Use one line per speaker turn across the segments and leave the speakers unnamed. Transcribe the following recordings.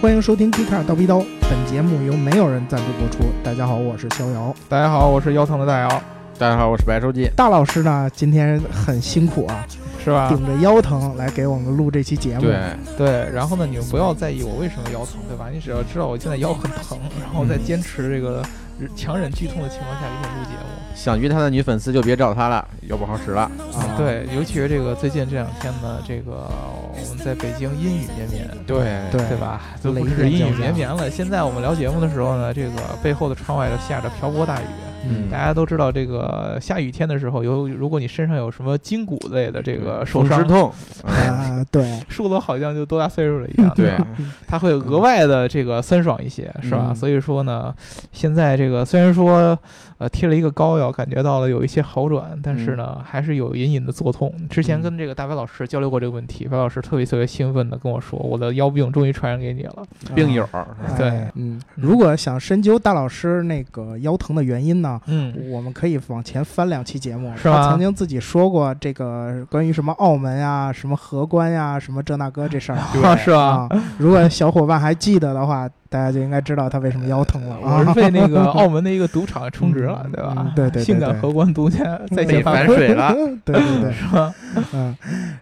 欢迎收听《迪卡尔刀逼刀》，本节目由没有人赞助播出。大家好，我是逍遥。
大家好，我是腰疼的大姚，
大家好，我是白书记。
大老师呢，今天很辛苦啊，
是吧？
顶着腰疼来给我们录这期节目。
对，
对，然后呢，你们不要在意我为什么腰疼，对吧？你只要知道我现在腰很疼，然后在坚持这个强忍剧痛的情况下给你们录节目。
想约他的女粉丝就别找他了，又不好使了。
啊，，
对，尤其是这个最近这两天呢，这个我们在北京阴雨绵绵，
对
对
对吧？
雷
都不
电
是阴
交
雨
加
绵绵了。现在我们聊节目的时候呢，这个背后的窗外都下着瓢泼大雨。
嗯
大，家都知道，这个下雨天的时候，有如果你身上有什么筋骨类的这个受
风
伤
湿， 痛，嗯
啊， 对，
树都好像就多大岁数了一样，
对
吧？它会额外的这个酸爽一些，是吧？
嗯
所以说呢，现在这个虽然说呃贴了一个膏药，感觉到了有一些好转，但是
嗯
呢，还是有隐隐的作痛。之前跟这个大白老师交流过这个问题，白老师特别特别兴奋的跟我说，我的腰病终于传染给你了。
病友
啊。哎
对，
嗯，如果想深究大老师那个腰疼的原因呢，
嗯，
我们可以往前翻两期节目，
是
他
吗
曾经自己说过这个关于什么澳门呀、什么荷官呀、什么这那个这 事儿
是吧？
啊。如果小伙伴还记得的话，大家就应该知道他为什么腰疼了
我
啊。
是被那个 澳门的一个赌场充值了，
嗯
对
嗯
吧？
对对对
性感
对
荷官独家在线
被
发
反
布，
水了，
对对对，是
吗？
嗯，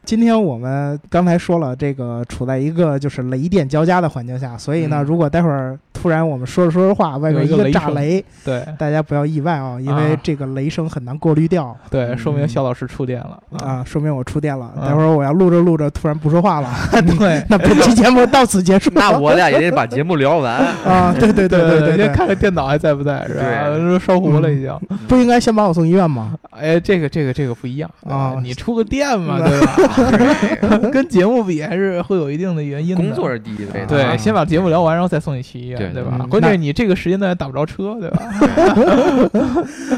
今天我们刚才说了，这个处在一个就是雷电交加的环境下，所以呢，
嗯
如果待会儿突然我们说着说着话，外面
有一个
个
雷
炸
声
雷，
对
大家不要意外啊，因为
啊
这个雷声很难过滤掉。
对，说明
嗯
肖老师触电了
啊，说明我触电了。
啊
待会儿我要录着录着，突然不说话了，
对，
那本期节目到此结 束。
那我俩也得把节目聊 完。
啊，对对对
对
对嗯
先
对，
看看电脑还在不在，是吧？
对
都烧糊了已经。
不应该先把我送医院吗？
哎，这个这个这个不一样对吧
啊
你出个店嘛，
嗯
对 吧？跟节目比还是会有一定的原因的。
工作是第一位的，
啊
对，先把节目聊完，然后再送你去医院，
对
对吧
嗯？
关
那
键是你这个时间段也打不着车，对吧？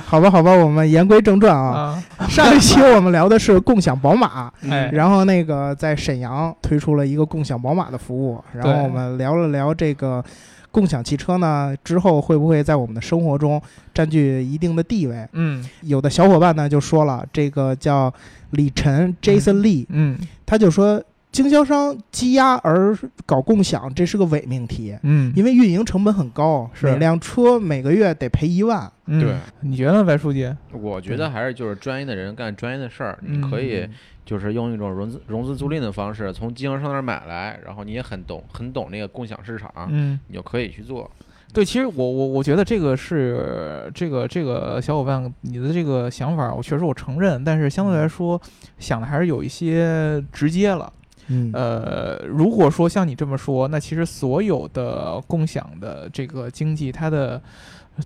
好吧，好吧，我们言归正传啊。
啊，
上一期我们聊的是共享宝马，
嗯
哎
然后那个在沈阳推出了一个共享宝马的服务，然后
对
我们聊了聊这个共享汽车呢，之后会不会在我们的生活中占据一定的地位？
嗯
有的小伙伴呢就说了，这个叫李晨 Jason Lee，、
嗯
他就说经销商积压而搞共享，这是个伪命题。
嗯，
因为运营成本很高，
是
每辆车每个月得赔一万。
嗯
对，
你觉得呢，白书记？
我觉得还是就是专业的人干专业的事儿，
嗯
你可以就是用一种融资融资租赁的方式，从经销商那儿买来，然后你也很懂很懂那个共享市场，
嗯，
你就可以去做。
对，其实我我我觉得这个是这个这个小伙伴你的这个想法，我确实我承认，但是相对来说想的还是有一些直接了。
嗯
呃，如果说像你这么说，那其实所有的共享的这个经济，它的。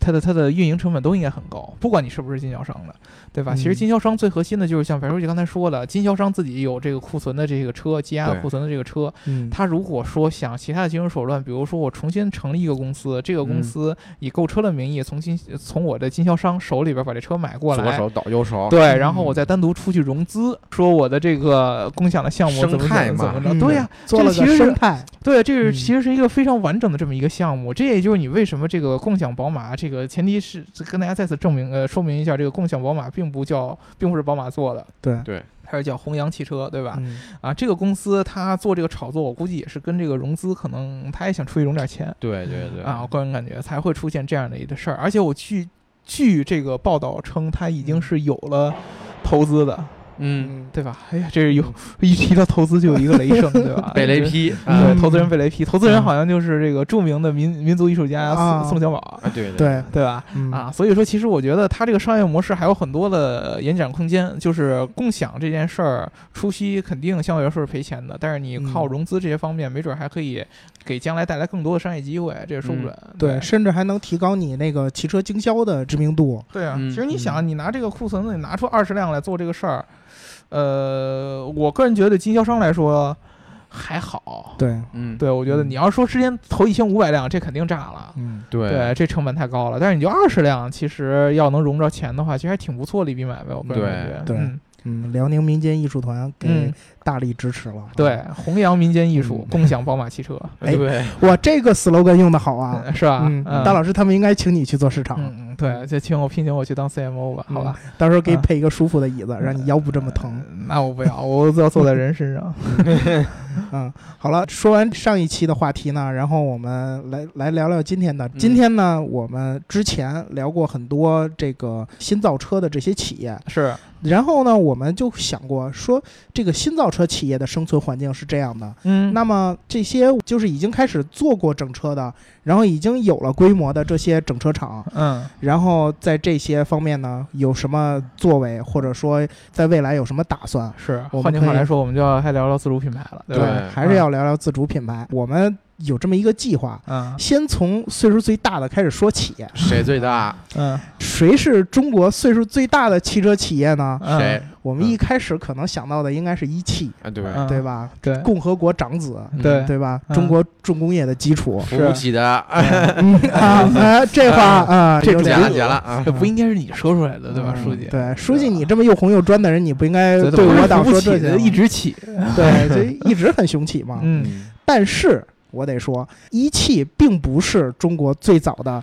它的它的运营成本都应该很高，不管你是不是经销商的，对吧？其
嗯
实经销商最核心的就是像白书记刚才说的，经销商自己有这个库存的这个车，积压的
对
库存的这个车，
嗯，
他哎如果说想其他的经营手段，比如说我重新成立一个公司，这个公
嗯
司以购车的名义从经从我的经销商手里边把这车买过
左
来，
手倒右手，
对，然后我再单独出去融资，说我的这个共享的项目怎么怎
生态
么怎
嘛
么
嗯
着，对呀、
做了
这其实
个
是
生态，
对，这
嗯
是其实是一个非常完整的这么一个项目，这也就是你为什么这个共享宝马这个前提是跟大家再次证明呃说明一下，这个共享宝马并不叫并不是宝马做的，
对
对，
它是叫弘扬汽车，对吧？
嗯
啊，这个公司它做这个炒作，我估计也是跟这个融资，可能它也想出去融点钱
对对对
嗯
啊，我个人感觉才会出现这样的一个事儿。而且我据据这个报道称，它已经是有了投资的，
嗯，
嗯，
对吧？哎呀，这是有一提到投资就有一个雷声，对吧？
被雷。劈啊
对，
嗯
投资人被雷劈，投资人
嗯
好像就是这个著名的民民族艺术家
啊
宋宋小宝，
啊，对对
对，
对吧？
嗯
啊，所以说其实我觉得它这个商业模式还有很多的延展空间，就是共享这件事儿，初期肯定相对来说是赔钱的，但是你靠
嗯
融资这些方面，没准还可以给将来带来更多的商业机会，这也说不准。
嗯对，甚至还能提高你那个汽车经销的知名度。
对啊，
嗯
其实你
嗯
想，你拿这个库存，你拿出二十辆来做这个事儿，呃，我个人觉得经销商来说还好。
对，
嗯
对，我觉得
嗯
你要说之前投一千五百辆，这肯定炸了。
嗯，
对
对，这成本太高了。但是你就二十辆，其实要能融着钱的话，其实还挺不错的一笔买卖，我个人感觉。
对对
嗯
嗯，辽宁民间艺术团给
嗯
大力支持了。
对，，弘扬民间艺术
嗯，
共享宝马汽车，
哎
对，
哇，这个 slogan 用的好啊，
是吧？
嗯
嗯，，
大老师他们应该请你去做市场。嗯
嗯，嗯对，就请我聘请我去当 CMO 吧，好吧？
到时候给你
啊嗯
配一个舒服的椅子，让你腰不这么疼。
那我不要，我要坐在人身上。
嗯，好了，说完上一期的话题呢，然后我们来来聊聊今天的。
嗯
今天呢，我们之前聊过很多这个新造车的这些企业，
是，
然后呢，我们就想过说，这个新造车企业的生存环境是这样的。
嗯
那么这些就是已经开始做过整车的，然后已经有了规模的这些整车厂，
嗯，
然后在这些方面呢有什么作为，或者说在未来有什么打算？
是。
我们
换句
可
话
以
来说，我们就要还聊聊自主品牌了，对吧？
对
还是要聊聊自主品牌。我们有这么一个计划，
嗯
先从岁数最大的开始说起。
谁最大？
嗯，
谁是中国岁数最大的汽车企业呢？
嗯
谁？
我们一开始可能想到的应该是一汽，
啊，对。
嗯
对吧？
对
共和国长子，
对
对吧？
嗯
中国重工业的基础
扶不起的，
嗯啊，哎这话啊，
这
有
种
点
假
假了假了啊！
这不应该是你说出来的，对吧，
嗯
书记？
对，书记，你这么又红又专的人，你不应该
对
对
对
我党说这
这
些吗。啊
一直起，
对，就一直很雄起嘛。
嗯，
但是我得说，一汽并不是中国最早的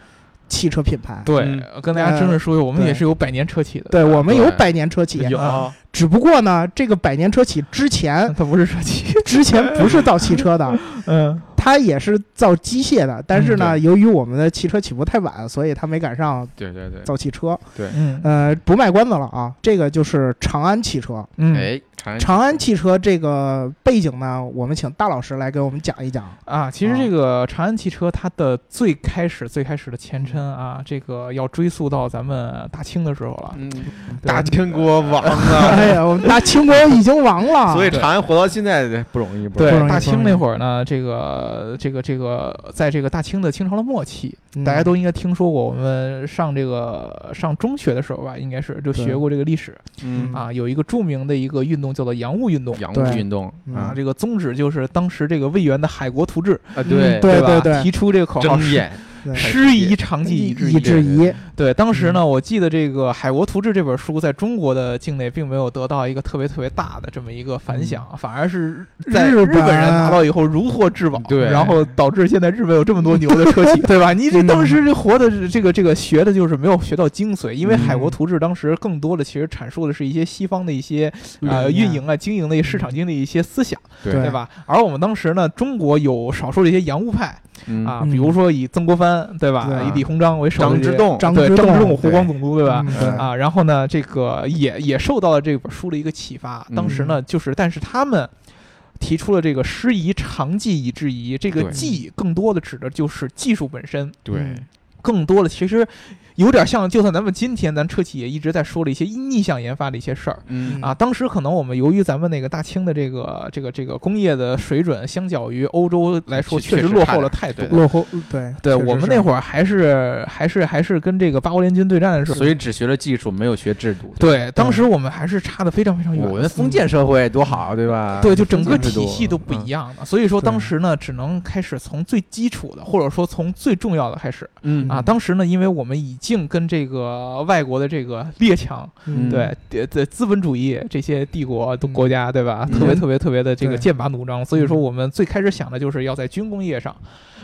汽车品牌。
对呃
嗯，
我跟大家争论说，我们
对
也是有百年车企的，
对我们有
对
百年车企，
有
啊
只不过呢，这个百年车企之前
但 它不是车企，
之前不是造汽车的，
嗯，
它也是造机械的。但是呢，由于我们的汽车起步太晚，所以它没赶上
对对对，
造汽车。
嗯
呃，不卖关子了啊，这个就是长安汽车。
嗯，
哎，长安
长安汽车这个背景呢，我们请大老师来给我们讲一讲。
啊，其实
啊
这个长安汽车它的最开始最开始的前身啊，这个要追溯到咱们大清的时候了，
嗯，
对吧
大清国王
哎
啊，
呀，我们大清国已经亡 了，
所以
对
长安活到现在不容易，不容
对
不容易
大清
不容易
那会儿呢，这个这个这个，在这个大清的清朝的末期，
嗯
大家都应该听说过。我们上这个上中学的时候吧，应该是就
对
学过这个历史
易。嗯
啊。有一个著名的一个运动叫做洋务运动
洋务
对
运动
嗯
啊，
啊
这个宗旨就是当时这个魏源的海国图志，
啊，对
嗯对
吧？
对
提出这个口号
睁
是
眼
对
师夷长技以制夷
以制夷，
对，当时
嗯
呢，我记得这个《海国图志》这本书在中国的境内并没有得到一个特别特别大的这么一个反响，反而是在
嗯日
日
本啊
本人拿到以后如获至宝，
对
然后导致现在日本有这么多牛的车 企，对吧？你这当时这活的是这个这个学的就是没有学到精髓，因为《
嗯
海国图志》当时更多的其实阐述的是一些西方的一些呃
理念
运营啊、经营的一些市
嗯
场经济一些思想，
对
对吧？而我们当时呢，中国有少数的一些洋务派，
嗯
啊，
嗯
比如说以曾国藩对吧，
对
以李鸿章为首的
张
这
之
些
洞
张
对
之
张之
洞
洞湖光总督对吧？
嗯
对
啊，然后呢，这个也也受到了这本书的一个启发。当时
嗯
呢，就是但是他们提出了这个“师夷长技以制夷”，这个“
对
技”更多的指的就是技术本身，
对，
嗯
更多的其实有点像，就算咱们今天咱车企也一直在说的一些逆向研发的一些事儿。
嗯
啊，当时可能我们由于咱们那个大清的这个这个这个工业的水准，相较于欧洲来说，
确
确实
实
落
差
后了
点
太多
对。
落后，对
对我们那
儿
会儿还是还是还是跟这个八国联军对战的时候，
所以只学了技术，没有学制度。
对当时我们还是差的非常非常远。嗯
我们封建社会多好，对吧？
对，就整个
封建制
体
度啊
系都不一。样的，所以说
对
当时呢，只能开始从最基础的，或者说从最重要的开始
嗯
啊。当时呢，因为我们已经跟这个外国的这个列强，
嗯
对，呃，对资本主义这些帝国都
嗯
国家，对吧？特别
嗯
特别特别的这个
对
剑拔弩张，所以说
嗯
我们最开始想的就是要在军工业上，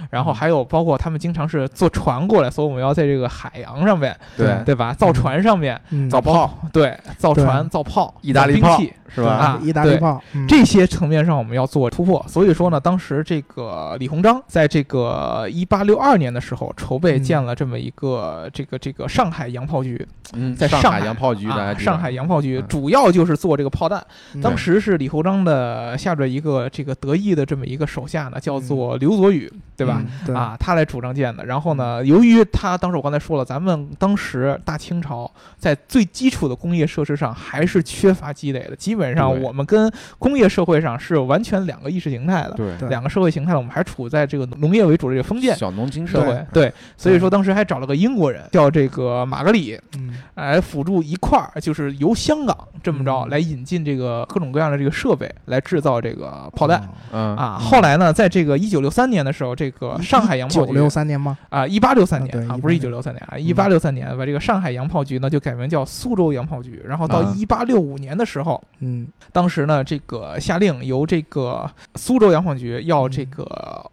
然后还有包括他们经常是坐船过来，所以我们要在这个海洋上面，
对，
对吧？造船上面，
嗯
造炮
对，造
对
船、造炮、
意大
造
利
兵
炮
器
是吧？
啊
意大利
对
炮，嗯
这些层面上我们要做突破。所以说呢，当时这个李鸿章在这个一八六二年的时候，筹备
嗯
建了这么一个这个这个上海洋炮局，
嗯，
在
上
上
海
海
洋炮局，大家
啊，
知道
上海洋炮局
嗯
主要就是做这个炮弹。
嗯
当时是李鸿章的下边一个这个得意的这么一个手下呢，叫
嗯
做刘佐宇，对吧？？
嗯对，
啊，他来主张建的。然后呢，
嗯
由于他当时我刚才说了，咱们当时大清朝在最基础的工业设施上还是缺乏积累的，基本上
对
我们跟工业社会上是完全两个意识形态的，
对
对
两个社会形态的，我们还处在这个农业为主的这个封建
小农经济
社会。对，啊所以说当时还找了个英国人，叫这个马格里，
嗯
来哎辅助一块儿，就是由香港这么着
嗯
来引进这个各种各样的这个设备，来制造这个炮弹。
嗯
啊，后来呢，在这个一九六三年的时候，这个呃上海洋炮
九
局
六三年吗？
啊，一八六三
啊对
年啊，不是一
1863
九六三年啊，一八六三年把这个上海洋炮局呢就改名叫苏州洋炮局，然后到
啊
一八六五年的时候，
嗯
当时呢这个下令由这个苏州洋炮局要这个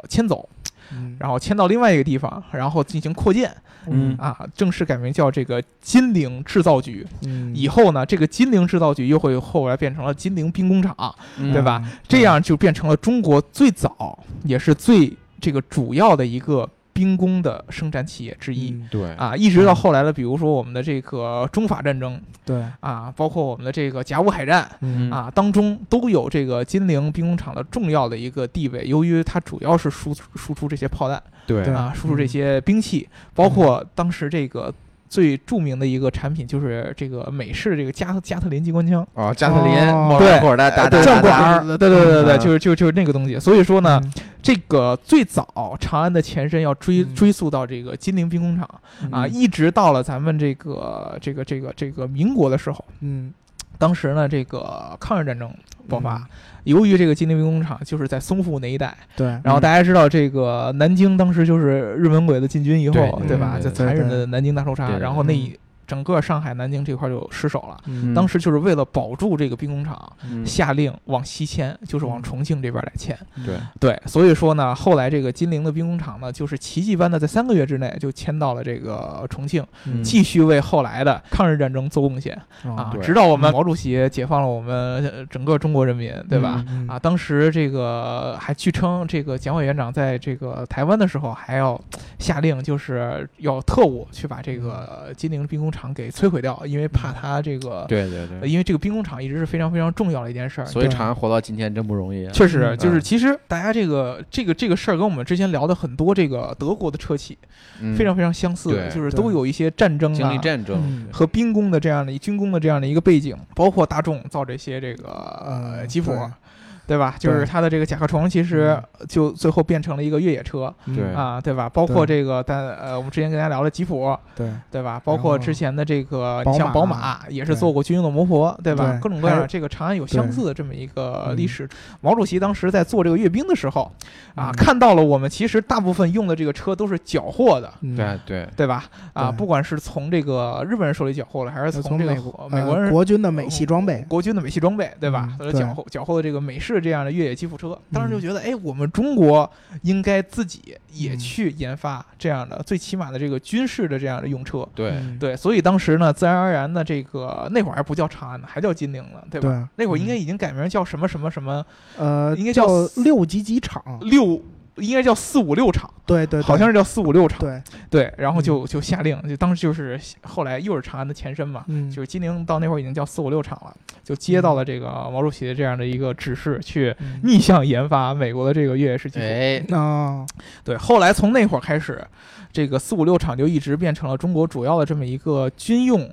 迁走，
嗯
然后迁到另外一个地方，然后进行扩建
嗯
啊，正式改名叫这个金陵制造局。
嗯
以后呢，这个金陵制造局又会后来变成了金陵兵工厂，
嗯
对吧？这样就变成了中国最早也是最这个主要的一个兵工的生产企业之一。
嗯
对，
啊，一直到后来的，比如说我们的这个中法战争
对，
啊，包括我们的这个甲午海战
嗯
啊，当中都有这个金陵兵工厂的重要的一个地位。由于它主要是输输出这些炮弹
对
对
啊，输出这
嗯
些兵器，包括当时这个最著名的一个产品就是这个美式这个加加特林机关枪。
哦，加特林
哦
冒
对呃
着火的打打
正
打
管
打，
儿，对对对对对，
嗯
就是就就是那个东西。所以说呢，这个最早长安的前身要追
嗯
追溯到这个金陵兵工厂啊，
嗯
一直到了咱们这个这个这个这个民国的时候，
嗯
当时呢这个抗日战争爆发，
嗯
由于这个金陵兵工厂就是在淞沪那一带，
对，
然后
嗯
大家知道这个南京当时就是日本鬼子进军以后，
对
对吧？
嗯
就
对
残忍
对
的南京大屠
对
杀，
对
然后那
嗯
整个上海、南京这块就失守了。
嗯
当时就是为了保住这个兵工厂，
嗯
下令往西迁，就是往
嗯
重庆这边来迁。
对
啊
对，所以说呢，后来这个金陵的兵工厂呢，就是奇迹般的在三个月之内就迁到了这个重庆，
嗯
继续为后来的抗日战争做贡献啊
啊，
对嗯
直到我们毛主席解放了我们呃整个中国人民，对吧？
嗯嗯
啊，当时这个还据称，这个蒋委员长在这个台湾的时候，还要下令，就是要特务去把这个金陵兵工厂给摧毁掉，因为怕他这个，
嗯对对对
呃，因为这个兵工厂一直是非常非常重要的一件事儿，
所以
对
长安活到今天真不容易啊。
啊确实，
嗯
就是
嗯
其实大家这个这个这个事儿跟我们之前聊的很多这个德国的车企
嗯
非常非常相似，
对
就是
对
都有一些战争
经
啊
历战争
嗯，
和兵工的这样的军工的这样的一个背景，包括大众造这些这个呃
嗯
吉普
对。
对吧？就是
对嗯
它的这个甲壳虫，其实就最后变成了一个越野车
对
啊，对吧？包括
对
这个，但呃，我们之前跟大家聊了吉普，
对
对吧？包括之前的这个，
宝
你像
马啊
宝马也是
对
做过军用的摩托，对吧？
对
各种各
还
样的
有
这个长安有相似的这么一个
嗯
历史。毛主席当时在做这个阅兵的时候，啊，
嗯
看到了我们其实大部分用的这个车都是缴获的。
嗯
对对
对吧？啊，
对
不管是从这个日本人手里缴获了，还是
从
这个
美
国哦美
呃
国人哦
国军的美系装备，
国军的美系装备，对吧？
嗯
他说
对
缴获缴获的这个美式这样的越野吉普车，当时就
嗯
觉得，哎，我们中国应该自己也
嗯
去研发这样的、最起码的这个军事的这样的用车。
对，
嗯
对，所以当时呢，自然而然的，这个那会儿还不叫长安呢，还叫金陵呢，对吧？
对嗯
那会儿应该已经改名叫什么什么什么
呃，
应该
叫
叫
六级机场，
六，应该叫四五六厂，
对对，对
好像是叫四五六厂。
对，嗯
对，然后就就下令，就当时就是后来又是长安的前身嘛，
嗯，
就是金陵到那会儿已经叫四五六厂了，就接到了这个毛主席的这样的一个指示，去
嗯
逆向研发美国的这个越野式技术。
哎，
嗯
啊，
对，后来从那会儿开始，这个四五六厂就一直变成了中国主要的这么一个军用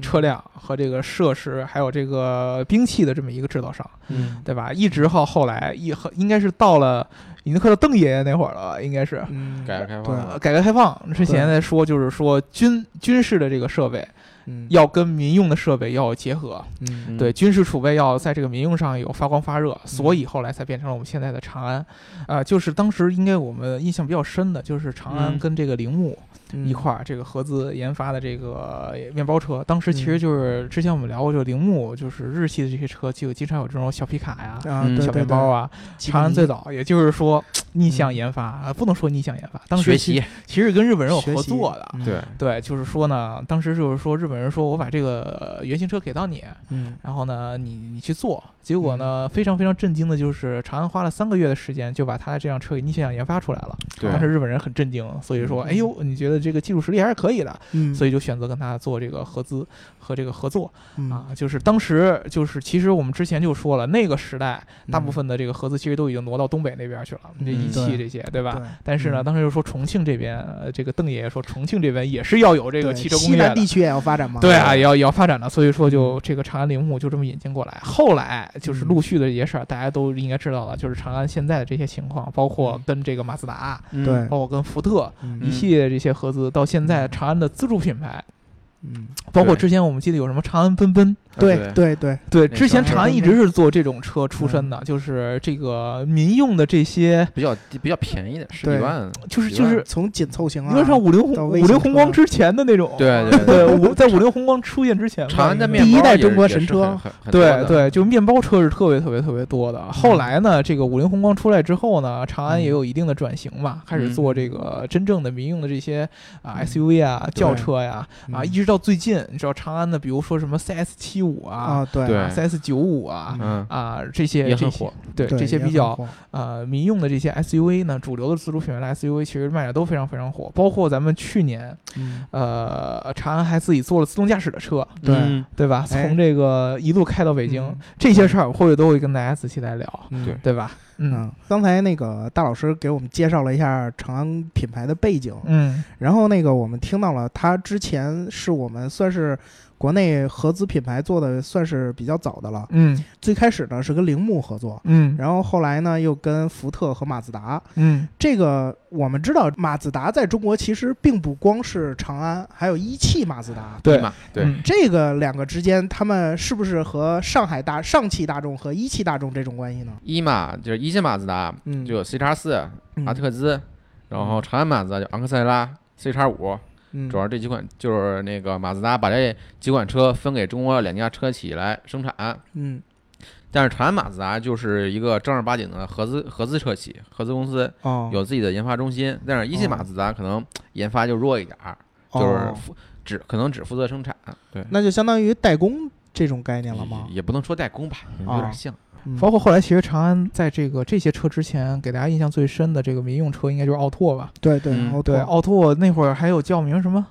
车辆和这个设施，还有这个兵器的这么一个制造商，
嗯
对吧？一直到后来一和应该是到了已经快到邓爷爷那会儿了，应该是。
嗯，
改革开放
呃
了，
改革开放之前
对
在说，就是说军军事的这个设备
嗯
要跟民用的设备要有结合，
嗯嗯
嗯
对，军事储备要在这个民用上有发光发热，所以后来才变成了我们现在的长安。呃，就是当时应该我们印象比较深的，就是长安
嗯
跟这个铃木
嗯
一块儿这个合资研发的这个呃面包车。当时其
嗯
实就是之前我们聊过，就铃木就是日系的这些车，就经常有这种小皮卡呀。
啊，
嗯
对
小
对
面包
对，
啊，
基
长安
本
最
一
早，也就是说逆向
嗯
研发啊，不能说逆向研发，当时
学
其
习，
其实跟日本人有
学
合
习嗯
作的，，
对，
对，就是说呢，当时就是说日本人说我把这个呃原型车给到你，
嗯
然后呢你你去做，结果呢非常非常震惊的就是长安花了三个月的时间就把他的这辆车给逆向研发出来了，
对
当时日本人很震惊，所以说哎呦你觉得这个技术实力还是可以的，
嗯，
所
以
以就选择跟他做这个合资和这个合作
啊，
啊，就是当时就是其实我们之前就说了，那个时代大部
嗯
分的这个合资其实都已经挪到东北那边去了，这
嗯
一汽
对
这些对吧？
对
但是呢，
嗯
当时又说重庆这边，呃这个邓爷爷说重庆这边也是要有这个
对
汽车工
西
业
南地
的，
区也要发展嘛，
对啊，也要也要发展的，所以说就这个长安铃木就这么引进过来。后来就是
嗯
陆续的一些事儿，大家都应该知道了，就是长安现在的这些情况，包括
嗯
跟这个马自达，啊
嗯
对
包括跟福特一
嗯
系列这些合资，到现在
嗯
长安的自主品牌，
嗯
包括
对
之前我们记得有什么长安奔奔，
对对对，
对，
那
之前
时候
长安一直是做这种车出身
嗯
的，就是这个民用的这些，
比较低比较便宜的，十
对
几万，啊
就是
10
就
万
是
从紧凑型
有点像
啊，
五菱
到
宏
微
五菱
型
宏
车
光之前的那种。
对对
对，五在五菱宏光出现之前吧，
长安的面
第一
包
代
也是
中国
也是
神车
很，很很
对
多的嗯
对，就面包车是特别特别特别多的。后来呢，这个五菱宏光出来之后呢，长安也有一定的转型嘛，开始
嗯
做这个真正的民用的这些啊
嗯
SUV 啊、轿
对
车呀啊，
嗯
一直到最近，你知道长安的，比如说什么 CS 七五啊、
啊，对
对
CS 九五啊
嗯，
啊这些
也
这
很
些
火，
对
对
这些
也
比
很
较
火
呃民用的这些 SUV 呢，主流的自主品牌的 SUV 其实卖的都非常非常火，包括咱们去年
嗯
呃长安还自己做了自动驾驶的车，
对
嗯
对吧？
哎
从这个一路开到北京，
嗯
这些事儿我会都会跟大家仔细来聊，
嗯
对
对吧？嗯
嗯，刚才那个大老师给我们介绍了一下长安品牌的背景，
嗯
然后那个我们听到了，它之前是我们算是国内合资品牌做的算是比较早的了。
嗯
最开始呢是跟铃木合作，
嗯
然后后来呢又跟福特和马自达。
嗯，
这个我们知道，马自达在中国其实并不光是长安，还有一汽马自达。
对
立马对，
嗯
这个两个之间，他们是不是和上海大上汽大众和一汽大众这种关系呢？
一马就是一汽马自达，
嗯，
就有 C 叉四、
嗯
阿特兹，然
嗯
后长安马自达就昂克赛拉、C 叉五，
嗯
主要这几款就是那个马自达把这几款车分给中国两家车企来生产。
嗯
但是长安马自达就是一个正儿八经的合资合资车企，合资公司
哦，
有自己的研发中心。但是一汽马自达可能研发就弱一点儿，就是
哦
负只可能只负责生产，对，
那就相当于代工这种概念了吗？
也也不能说代工吧，有点像。
嗯
包括后来其实长安在这个这些车之前，给大家印象最深的这个民用车应该就是奥拓吧？哦
对对
嗯
奥拓
对，奥拓那会儿还有叫名什么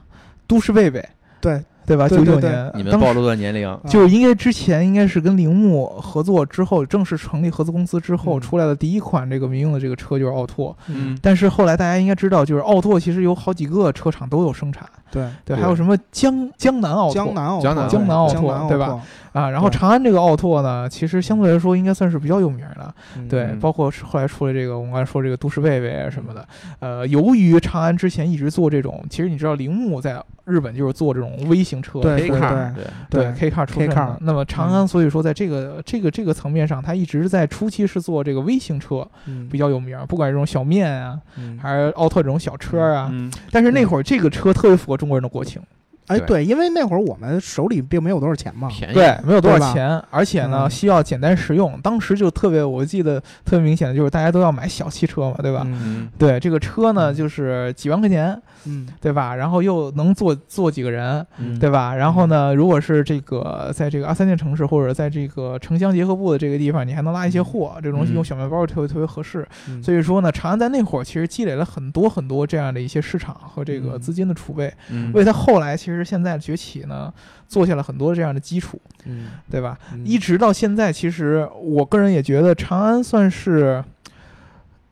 都市贝贝，
对
对啊吧？
对
九
对
九
对
年，
你们
当时
暴露了年龄，
啊
就
嗯
应该之前应该是跟铃木合作之后，正式成立合资公司之
嗯
后出来的第一款这个民用的这个车就是奥拓。
嗯，
但是后来大家应该知道，就是奥拓其实有好几个车厂都有生产，
对
对，
对
还有什么江江南奥
江
拓
南奥
江南
拓
江南奥
对
拓对吧？啊，然后
对
长安这个奥拓呢，其实相对来说应该算是比较有名的，
嗯
对，
嗯
包括是后来出了这个我们刚才说这个都市贝贝什么的，呃，由于长安之前一直做这种，其实你知道铃木在日本就是做这种微型车，
对
K
对
car 嗯对，
对
对
K car 出身
K-car，
的。那么长安，所以说在这个这个这个层面上，它一直在初期是做这个微型车
嗯
比较有名儿，不管是这种小面啊，
嗯
还是奥拓这种小车啊。
嗯，
但是那会儿这个车特别符合中国人的国情，
哎
对
对，因为那会儿我们手里并没有多少钱嘛，
便宜，
对，没有哎多少
啊对吧
钱，而且呢
嗯
需要简单实用。当时就特别，我记得特别明显的就是大家都要买小汽车嘛，对吧？
嗯
嗯，
对，这个车呢就是几万块钱，
嗯
对吧？然后又能坐坐几个人，
嗯
对吧？然后呢，如果是这个在这个二三线城市或者在这个城乡结合部的这个地方，你还能拉一些货，这种
嗯
用小面包特别特别合适。
嗯，
所以说呢，长安在那会儿其实积累了很多很多这样的一些市场和这个
嗯
资金的储备，
嗯
为它后来其实现在崛起呢，做下了很多这样的基础，
嗯
对吧？
嗯
一直到现在，其实我个人也觉得长安算是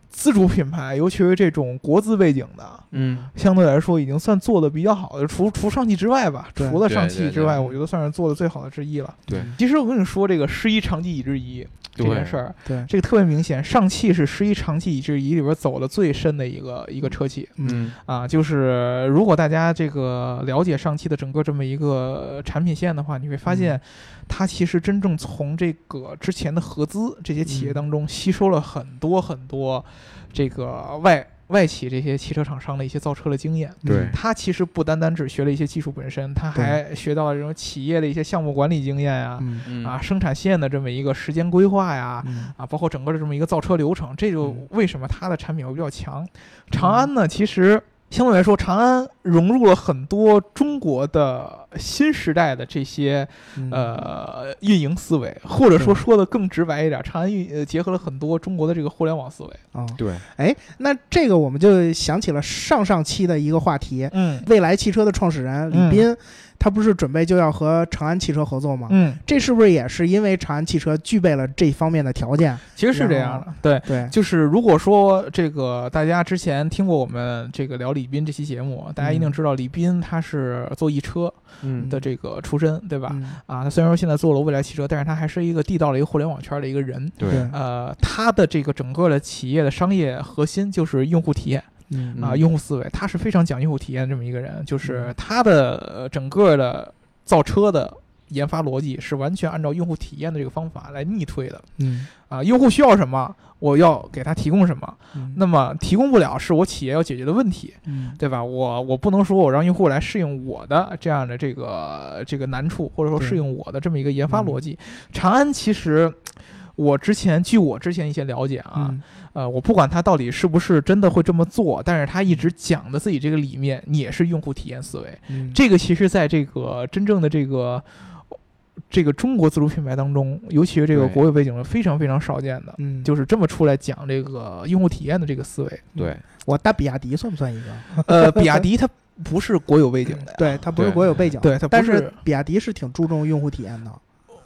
自主品牌，尤其是这种国资背景的，
嗯
相对来说已经算做的比较好的，除除上汽之外吧，
对嗯
除了上
对
汽
对
之外，
对
我觉得算是做的最好的之一了。
对
其实我跟你说，这个师夷长技以制夷这件事儿，
对
这个特别明显，上汽是师夷长技以制夷里边走的最深的一个一个车企
嗯
啊。就是如果大家这个了解上汽的整个这么一个产品线的话，你会发现，它其实真正从这个之前的合资这些企业当中吸收了很多很多这个外外企这些汽车厂商的一些造车的经
嗯
验。
对
他其实不单单只学了一些技术本身，他还学到了这种企业的一些项目管理经验呀、
嗯
嗯
啊，生产线的这么一个时间规划呀，
嗯
啊，包括整个的这么一个造车流程，这就
嗯
为什么它的产品会比较强。长安呢，其实相对来说，长安融入了很多中国的新时代的这些
嗯
呃运营思维，或者说
嗯
说的更直白一点，长安运呃结合了很多中国的这个互联网思维。
啊，
对，
哎，那这个我们就想起了上上期的一个话题。
嗯
未来汽车的创始人
嗯
李斌，他不是准备就要和长安汽车合作吗？
嗯，
这是不是也是因为长安汽车具备了这方面的条件？
其实是这样的，对。
对，
就是如果说这个大家之前听过我们这个聊李斌这期节目，大家一定知道李斌他是做易车
嗯
的这个出身，对吧？
嗯
啊，他虽然说现在做了未来汽车，但是他还是一个地道的一个互联网圈的一个人。
对，
呃，他的这个整个的企业的商业核心就是用户体验
嗯
啊，
嗯
用户思维，他是非常讲用户体验的这么一个人。就是他的呃整个的造车的研发逻辑是完全按照用户体验的这个方法来逆推的
嗯，
啊。用户需要什么，我要给他提供什么。
嗯
那么提供不了是我企业要解决的问题，
嗯
对吧？我我不能说我让用户来适应我的这样的这个这个难处，或者说
对
适应我的这么一个研发
嗯
逻辑。长安其实。我之前据我之前一些了解啊，
嗯
呃，我不管他到底是不是真的会这么做，但是他一直讲的自己这个理念也是用户体验思维。
嗯
这个其实在这个真正的这个这个中国自主品牌当中，尤其是这个
对
国有背景的，非常非常少见的，
嗯，
就是这么出来讲这个用户体验的这个思维。
对，
我搭比亚迪算不算一个？
呃， 比亚迪它不是国有背景的呀，
对，它不是
对
国有背景，
对它不
但
是
是比亚迪是挺注重用户体验的。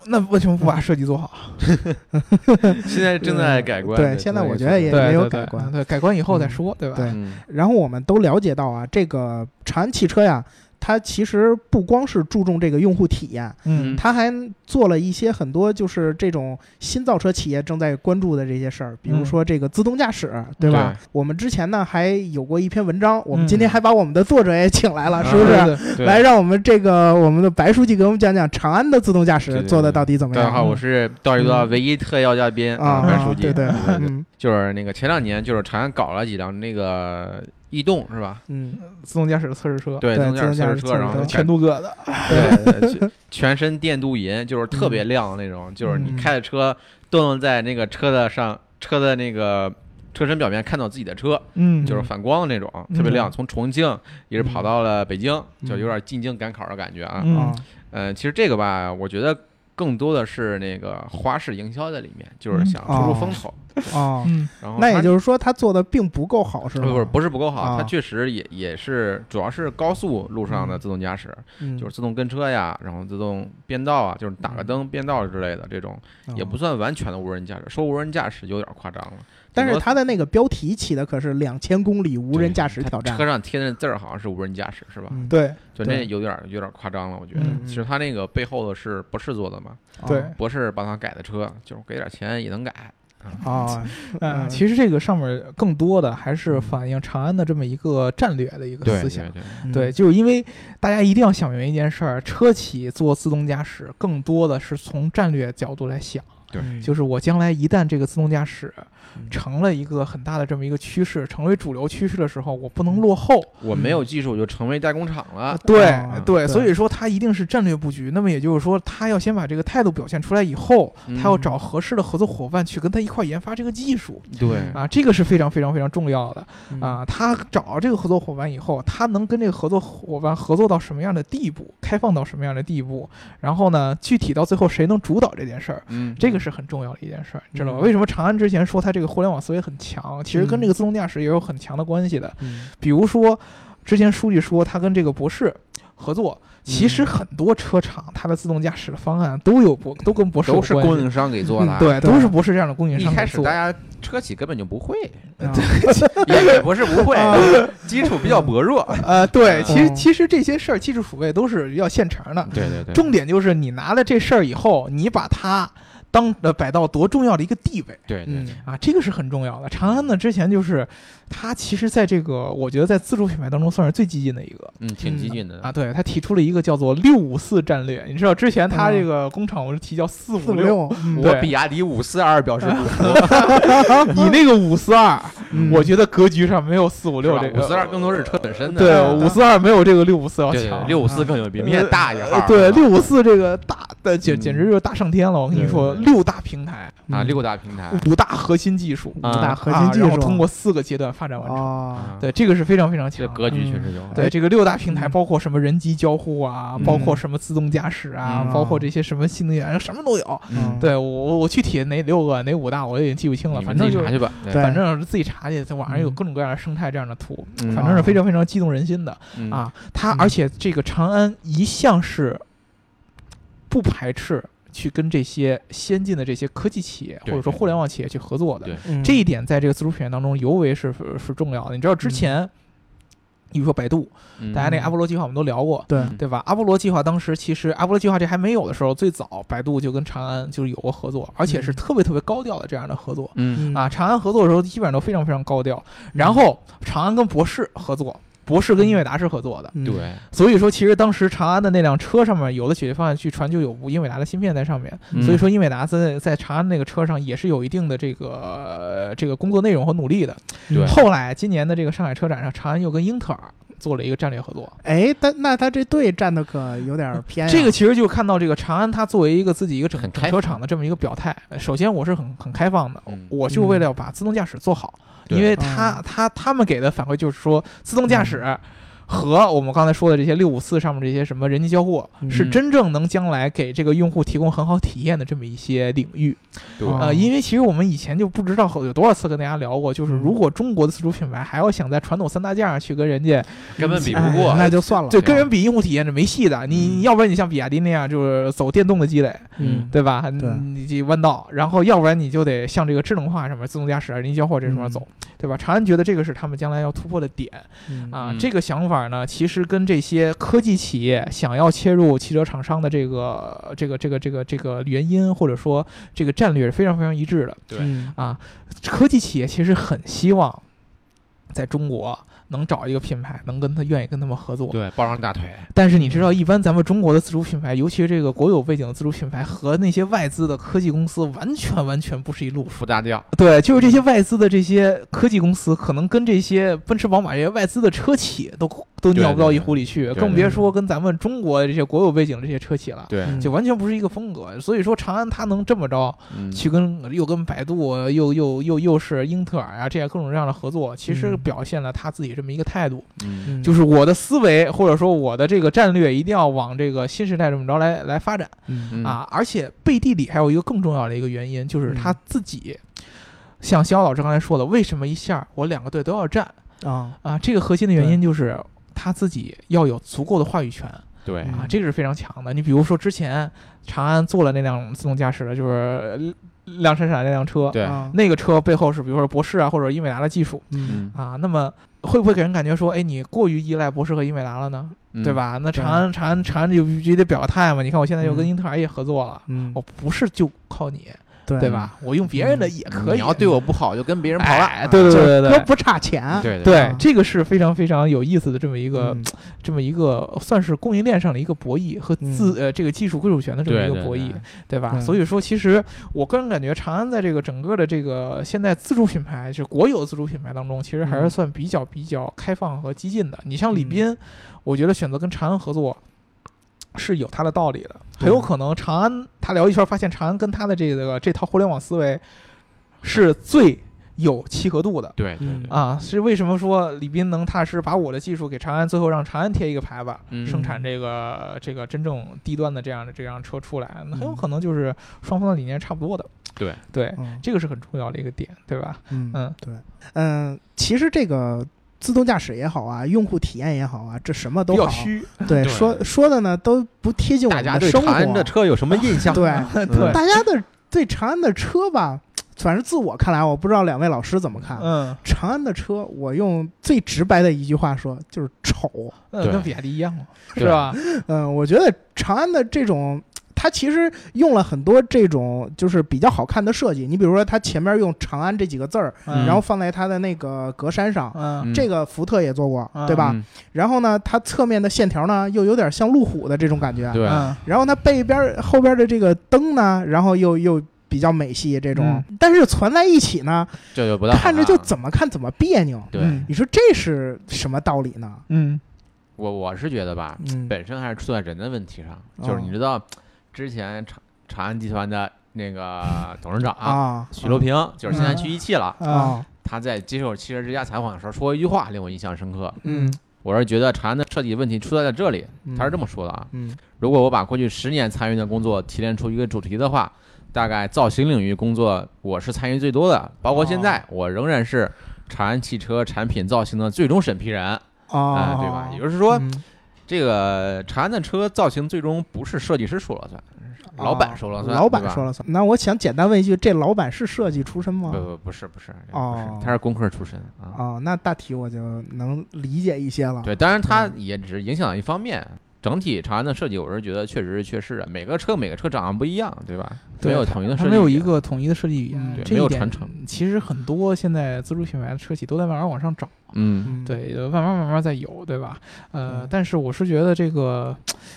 那为什么不把设计做好？
现在正在改观。
对现在我觉得也
对
没有
对
改观
对对，改观以后再说，对吧？
对
嗯
然后我们都了解到啊，这个长安汽车呀，它其实不光是注重这个用户体验，
嗯，
它还做了一些很多就是这种新造车企业正在关注的这些事儿，比
嗯
如说这个自动驾驶，对吧？ 我们之前呢还有过一篇文章，我们今天还把我们的作者也请来了，
啊
嗯
是不是？
对？对
对
来，让我们这个我们的白书记给我们讲讲长安的自动驾
对
驶
对
做的到底怎么
大家
样？
好，我是道一道唯一特邀嘉宾
嗯啊，
班书记，
对对，
对
嗯
就是那个前两年就是长安搞了几辆那个逸动是吧？
嗯
自动驾驶的测试车，
对，
对
自动驾驶测试
自动驾驶
车，然
测
后
试车
全镀铬的，
对，对全全身电镀银，就是特别亮的那种，就是你
嗯
开着车都能在那个车的上车的那个车身表面看到自己的车，
嗯，
就是反光的那种，
嗯
特别亮。从重庆也是跑到了北京，
嗯
就有点进京赶考的感觉啊。
嗯
啊
呃，其实这个吧，我觉得更多的是那个花式营销在里面，就是
嗯
想出出
哦
风口。
哦，
嗯
然后
那
它呃
也就是说他做的并不够好，是吗？
不是不是不够好，它
啊
确实也也是，主要是高速路上的
嗯
自动驾驶，
嗯，
就是自动跟车呀，然后自动变道啊，就是打个灯变道之类的这种，也不
哦。
算完全的无人驾驶。说无人驾驶有点夸张了，
但是
顶多
他的那个标题起的可是两千公里无人驾驶挑战
车，上贴的字儿好像是无人驾驶是吧？
嗯
对
就那
对
有点儿有点儿夸张了，我觉得。
嗯
其实他那个背后的是博士做的嘛，
对
哦
博士帮他改的车，就是给点钱也能改。
哦，
啊，
嗯
其实这个上面更多的还是反映长安的这么一个战略的一个思想。
对
嗯
对，，就是因为大家一定要想明白一件事儿，车企做自动驾驶更多的是从战略角度来想，
对
嗯
就是我将来一旦这个自动驾驶
嗯
成了一个很大的这么一个趋势，成为主流趋势的时候，我不能落后。
我没有技术就成为代工厂了。
对
嗯啊对
对，所以说它一定是战略布局。那么也就是说，它要先把这个态度表现出来以后，
嗯
它要找合适的合作伙伴去跟它一块研发这个技术
对嗯
啊，这个是非常非常非常重要的。
嗯
啊，他找这个合作伙伴以后，他能跟这个合作伙伴合作到什么样的地步，开放到什么样的地步，然后呢，具体到最后谁能主导这件事儿，
嗯，
这个是很重要的一件事儿，你知道吧？
嗯
为什么长安之前说他这个互联网思维很强，其实跟
嗯
这个自动驾驶也有很强的关系的。
嗯
比如说，之前书记说他跟这个博士合作，其实
嗯
很多车厂它的自动驾驶的方案都有博都跟博士有
都是
关
供
系。
应商给做的。
嗯
对，
对
都是博士这样啊的供应
一
商
开
给
始
做
大家车企根本就不会，
啊
也不是不会
啊，
基础比较薄弱。
呃，对，其实
嗯
其实这些事儿技术储备都是要现成的，
对对对
重点就是你拿了这事儿以后，你把它当呃摆到多重要的一个地位
对对
嗯
对，
啊，这个是很重要的。长安呢，之前就是它其实在这个我觉得在自主品牌当中算是最激进的一个。
嗯，挺激进的
啊，对，它提出了一个叫做“六五四”战略。你知道之前它
嗯
这个工厂我是提叫“四
四五
五六
六，嗯
对啊
我比亚迪五四二表示不服，”，
你那个“五四二”，
嗯
我觉得格局上没有“四五六”这个
五四二更多是车本身的，啊
对
嗯
五四二没有这个“六五四”要
对
强。
六五四更牛逼，明显大一号
呃
儿。
对，
是吧
六五四这个大的简简直就是大上天了。我跟你
对
说，
对对
六大平台，
啊，
嗯
六大平台
五大核心技术，
啊
五大核心
啊
技
然
术
后通过四个阶段发展完成。
啊，
嗯对，这个是非常非常
这
强的。
格局确实有。
对这个六大平台，
嗯
包括什么人机交互啊，
嗯
包括什么自动驾驶啊，
嗯
包括这些什么新能源，什么都有。
嗯
对我我具体哪六个哪五大我也记不清了，
你
反
们
正
自己
就
查
是
去吧。
对
反正是自己查去，在网上有
嗯
各种各样的生态这样的图，
嗯
反正是非常非常激动人心的。
嗯
啊，它
嗯
而且这个长安一向是不排斥去跟这些先进的这些科技企业或
对
者说
对
互联网企业去合作的
对。
嗯
这一点在这个自主品牌当中尤为是是重要的。你知道之前，比如说百度，
嗯
大家那个阿波罗计划我们都聊过。
对
嗯
对吧？阿波罗计划当时其实阿波罗计划这还没有的时候，最早百度就跟长安就是有过合作，而且是
嗯
特别特别高调的这样的合作
嗯
嗯
啊。长安合作的时候基本上都非常非常高调，然后长安跟博士合作，博世跟英伟达是合作的。
嗯，
对，
所以说，其实当时长安的那辆车上面有了解决方案，据传就有英伟达的芯片在上面。
嗯
所以说，英伟达在在长安那个车上也是有一定的这个、呃这个工作内容和努力的。
对
后来今年的这个上海车展上，长安又跟英特尔做了一个战略合作。
哎，但那他这队站的可有点偏、啊。
这个其实就看到这个长安，它作为一个自己一个整
很开
整
放
车厂的这么一个表态。呃首先，我是很很开放的，
嗯
我就为了要把自动驾驶做好，
对
因为他他他们给的反馈就是说，自动驾
嗯
驶和我们刚才说的这些六五四上面这些什么人机交互，
嗯
是真正能将来给这个用户提供很好体验的这么一些领域。
对
啊
呃，因为其实我们以前就不知道有多少次跟大家聊过，
嗯
就是如果中国的自主品牌还要想在传统三大件上去跟人家
根本比不
哎
过，
那就算了。
对
对啊
跟人比用户体验是没戏的。你你要不然你像比亚迪那样就是走电动的积累，
嗯，
对吧？
对
你这弯道，然后要不然你就得向这个智能化上面、自动驾驶、人机交互这上面走，对吧？长安觉得这个是他们将来要突破的点
嗯
啊。
嗯
这个想法呢，其实跟这些科技企业想要切入汽车厂商的这个、这个、这个、这个、这个原因，或者说这个战略是非常非常一致的
对
嗯
啊。科技企业其实很希望在中国。能找一个品牌能跟他愿意跟他们合作，
对，抱上大腿，
但是你知道，一般咱们中国的自主品牌，尤其是这个国有背景的自主品牌，和那些外资的科技公司完全完全不是一路。
不搭调，
对，就是这些外资的这些科技公司，可能跟这些奔驰、宝马这些外资的车企都都尿不到一壶里去，
对对
更别说跟咱们中国的这些国有背景的这些车企了。
对，
嗯
就完全不是一个风格，所以说长安它能这么着
嗯
去跟又跟百度又又又又是英特尔啊这样各种各样的合作，其实
嗯
表现了他自己这么一个态度。
嗯
嗯
就是我的思维或者说我的这个战略一定要往这个新时代这么着来来发展
嗯
嗯
啊！而且背地里还有一个更重要的一个原因，就是他
嗯
自己，像肖老师刚才说的，为什么一下我两个队都要站
啊，
啊？这个核心的原因就是他自己要有足够的话语权啊，
对
嗯
这个是非常强的。你比如说之前长安做了那辆自动驾驶的，就是呃亮闪闪那辆车，
对，
啊
那个车背后是比如说博士啊或者英伟达的技术，
嗯
嗯
啊，那么会不会给人感觉说，哎，你过于依赖博士和英伟达了呢？
嗯
对？吧？那
对
长安长安长安就必须得表个态嘛。你看我现在又跟
嗯
英特尔也合作了，
嗯
我，不是就靠你，
对嗯
哦对？吧？我用别人的也可以。
你要对我不好，就跟别人跑了，
哎，对对对对
哥
对。
不差钱，
对
对
啊，
这个是非常非常有意思的这么一个、
嗯
这么一个算是供应链上的一个博弈和自、呃这个技术归属权的这么
嗯对
一
对嗯
个博弈，
对
对吧？
对
所以说，其实我个人感觉，长安在这个整个的这个现在自主品牌，就是国有自主品牌当中，其实还是
嗯
算比较比较开放和激进的。你像
嗯
李斌，我觉得选择跟长安合作是有他的道理的，
对
很有可能长安他聊一圈，发现长安跟他的这个这套互联网思维是最有契合度的。
对对
嗯
对，
啊，是为什么说李斌能踏实把我的技术给长安，最后让长安贴一个牌子，
嗯
生产这个这个真正低端的这样的这样车出来？那很有
嗯
可能就是双方的理念差不多的。
对
对，
嗯
这个是很重要的一个点，对吧？
嗯
嗯，
对，嗯，其实这个自动驾驶也好啊，用户体验也好啊，这什么
比
都
较
好，
虚，
对，
对
说说的呢都不贴近我
大
们
家
的
对
生
长
活，
安的车有什么印 象？
对，
对，嗯
大家的对长安的车吧，反正自我看来，我不知道两位老师怎么看。
嗯，
长安的车，我用最直白的一句话说，就是丑。
那
对
跟比亚迪一样嘛，是
对
吧？
嗯，我觉得长安的这种，它其实用了很多这种就是比较好看的设计。你比如说，它前面用“长安”这几个字儿，
嗯
然后放在它的那个格栅上，
嗯
嗯
这个福特也做过，
嗯
对吧？
嗯
然后呢，它侧面的线条呢，又有点像路虎的这种感觉。
对，
嗯
然后它背边儿后边的这个灯呢，然后又又比较美系这种，
嗯
但是攒在一起呢，
这就不大好啊
看着就
了啊
怎么看怎么别扭。
对
嗯
你说这是什么道理呢？
嗯
我我是觉得吧，
嗯，
本身还是出在人的问题上，
哦
就是你知道之前长长安集团的那个董事长
啊，
许楼平，就是现在
嗯
去一汽了，
啊
啊，
他在接受汽车之家采访的时候说一句话令我印象深刻，
嗯
我是觉得长安的设计问题出在了这里，
嗯
他是这么说的啊，
嗯
如果我把过去十年参与的工作提炼出一个主题的话，大概造型领域工作我是参与最多的，包括现
哦
在我仍然是长安汽车产品造型的最终审批人，啊、
啊，
对吧？也就是说，
嗯
这个长安的车造型最终不是设计师说了算，
啊
老板说了算，
老板
对吧
说。了算。那我想简单问一句，这老板是设计出身
不
吗？
不不是不是，不
哦
是，他是工科出身啊。
哦，那大体我就能理解一些了。
啊
对，当然他
嗯
也只是影响了一方面，整体长安的设计，我是觉得确实是缺失的。每个车每个车长得不一样，对吧？
对
没有统一的设
它
计，
嗯没有一个统一的设计语言
嗯，
对
这
没
一
有
点
传承。
其实很多现在自主品牌的车企都在慢慢往上涨，
嗯，
嗯，
对，慢慢慢慢在有，对吧？呃
嗯，
但是我是觉得这个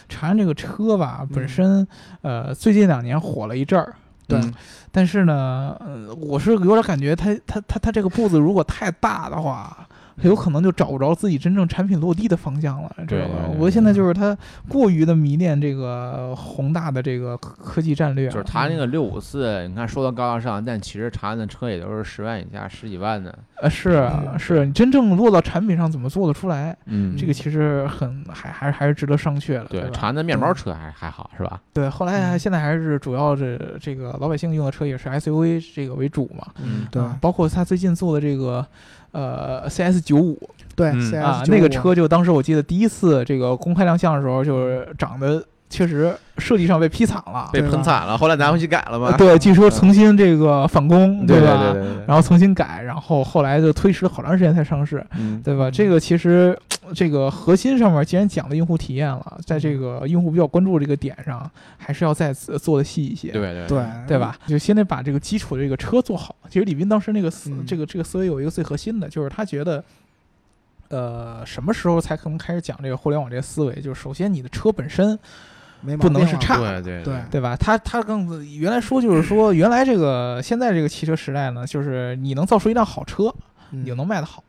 长安这个车吧，本
嗯
身呃最近两年火了一阵儿，
对
嗯
但是呢，呃，我是有点感觉它，它它它它这个步子如果太大的话，有可能就找不着自己真正产品落地的方向了，知道
对
吧
对？对
我现在就是它过于的迷恋这个宏大的这个科科技战略了，
就是它那个六五四，你看说到高大上，但其实长安的车也都是十万以下、十几万的。
呃是啊
嗯
是，你真正落到产品上怎么做得出来？
嗯
这个其实很还还是还是值得商榷了，对吧
对，
嗯
长安的面包车还还好是吧？
对，后来还
嗯
现在还是主要这这个老百姓用的车也是 SUV 这个为主嘛，
嗯
对
啊包括他最近做的这个呃 CS 九五
对
嗯
CS
啊，
95
那个车就当时我记得第一次这个公开亮相的时候，就是长得确实设计上被劈惨了，
被
对
喷
吧
惨了，后来拿回去改了
呃
吗？
对，据说重新这个返工，
对
吧？
对对对。
然后重新改，然后后来就推迟了好长时间才上市，
嗯，
对吧？
嗯
这个其实，这个核心上面既然讲了用户体验了，在这个用户比较关注这个点上，还是要再次做的细一些。
对对
对
对？吧？就先得把这个基础的这个车做好。其实李斌当时那个思、
嗯
这个这个思维有一个最核心的，就是他觉得，呃，什么时候才可能开始讲这个互联网这个思维？就是首先你的车本身，
没毛
不能
病
是
了
差
对对
对
对吧？他他更原来说就是说，原来这个现在这个汽车时代呢，就是你能造出一辆好车，
嗯
你就能卖得好。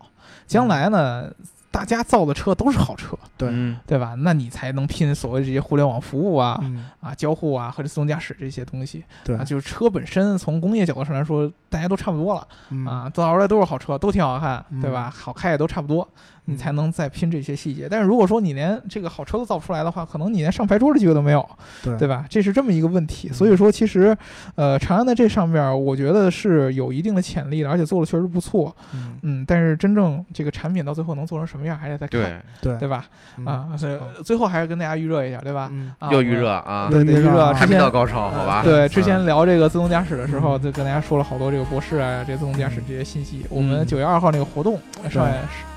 将来呢，大家造的车都是好车，
对
嗯
对吧？那你才能拼所谓这些互联网服务啊、
嗯
啊交互啊和这自动驾驶这些东西。
对
啊，就是车本身从工业角度上来说，大家都差不多了、
嗯
啊，造出来都是好车，都挺好看，
嗯
对吧？好开也都差不多，你
嗯
才能再拼这些细节。但是如果说你连这个好车都造不出来的话，可能你连上牌桌的机会都没有，
对嗯
对吧？这是这么一个问题。所以说，其实，呃，长安在这上面儿，我觉得是有一定的潜力的，而且做的确实不错。
嗯
嗯，但是真正这个产品到最后能做成什么样，还得再看，
对，
对
对吧？
嗯
啊，所以最后还是跟大家预热一下，对吧？
嗯
啊，
又预热
我。
啊，
对
对，预
预热
热
啊
之
还没
前
到高潮，哦好吧？
对，之前聊这个自动驾驶的时候，
嗯
就跟大家说了好多这个博士啊，这自动驾驶这些信息。我们
嗯
九月二号那个活动，上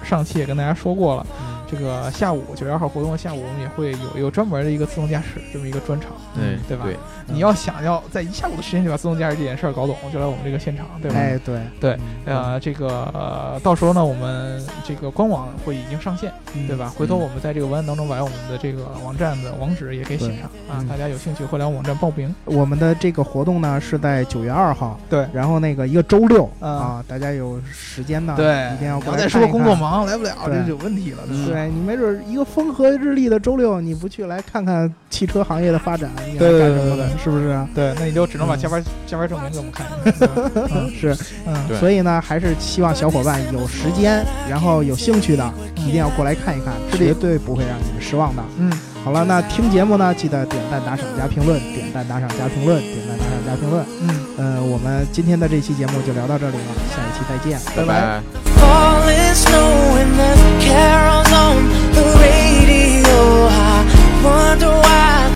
上期也跟大家说过了。
嗯
这个下午九月二号活动的下午，我们也会有一个专门的一个自动驾驶这么一个专场。
对
对吧
对，
嗯
你要想要在一下午的时间就把自动驾驶这件事儿搞懂，就来我们这个现场，对吧？
哎对
对
嗯
呃，这个、呃、到时候呢，我们这个官网会已经上线，
嗯
对吧？回头我们在这个文案当中把我们的这个网站的网址也给写
对
上啊，
嗯
大家有兴趣会来我们网站报名。
我们的这个活动呢是在九月二号，
对
然后那个一个周六
嗯
啊，大家有时间呢，
对，
啊一定要
你
过
要
来
再
看
说
一
工
看
作忙来不了，
对
这就有问题了，对吧？
对你没准儿一个风和日丽的周六，你不去来看看汽车行业的发展，你还
对对
干
对
什么
对
呢？是不啊是？
对，那你就只能把
嗯
加班加班证明给我们看。嗯
是，
嗯，
对
所以呢，还是希望小伙伴有时间，然后有兴趣的，一定要过来看一看，绝对不会让你们失望的。
嗯，
好了，那听节目呢，记得点赞、打赏、加评论，点赞、打赏、加评论，点赞、打赏、加评论。
嗯，
呃，我们今天的这期节目就聊到这里了，下一期再见。
拜
拜。
Fall is snowing, there's a carol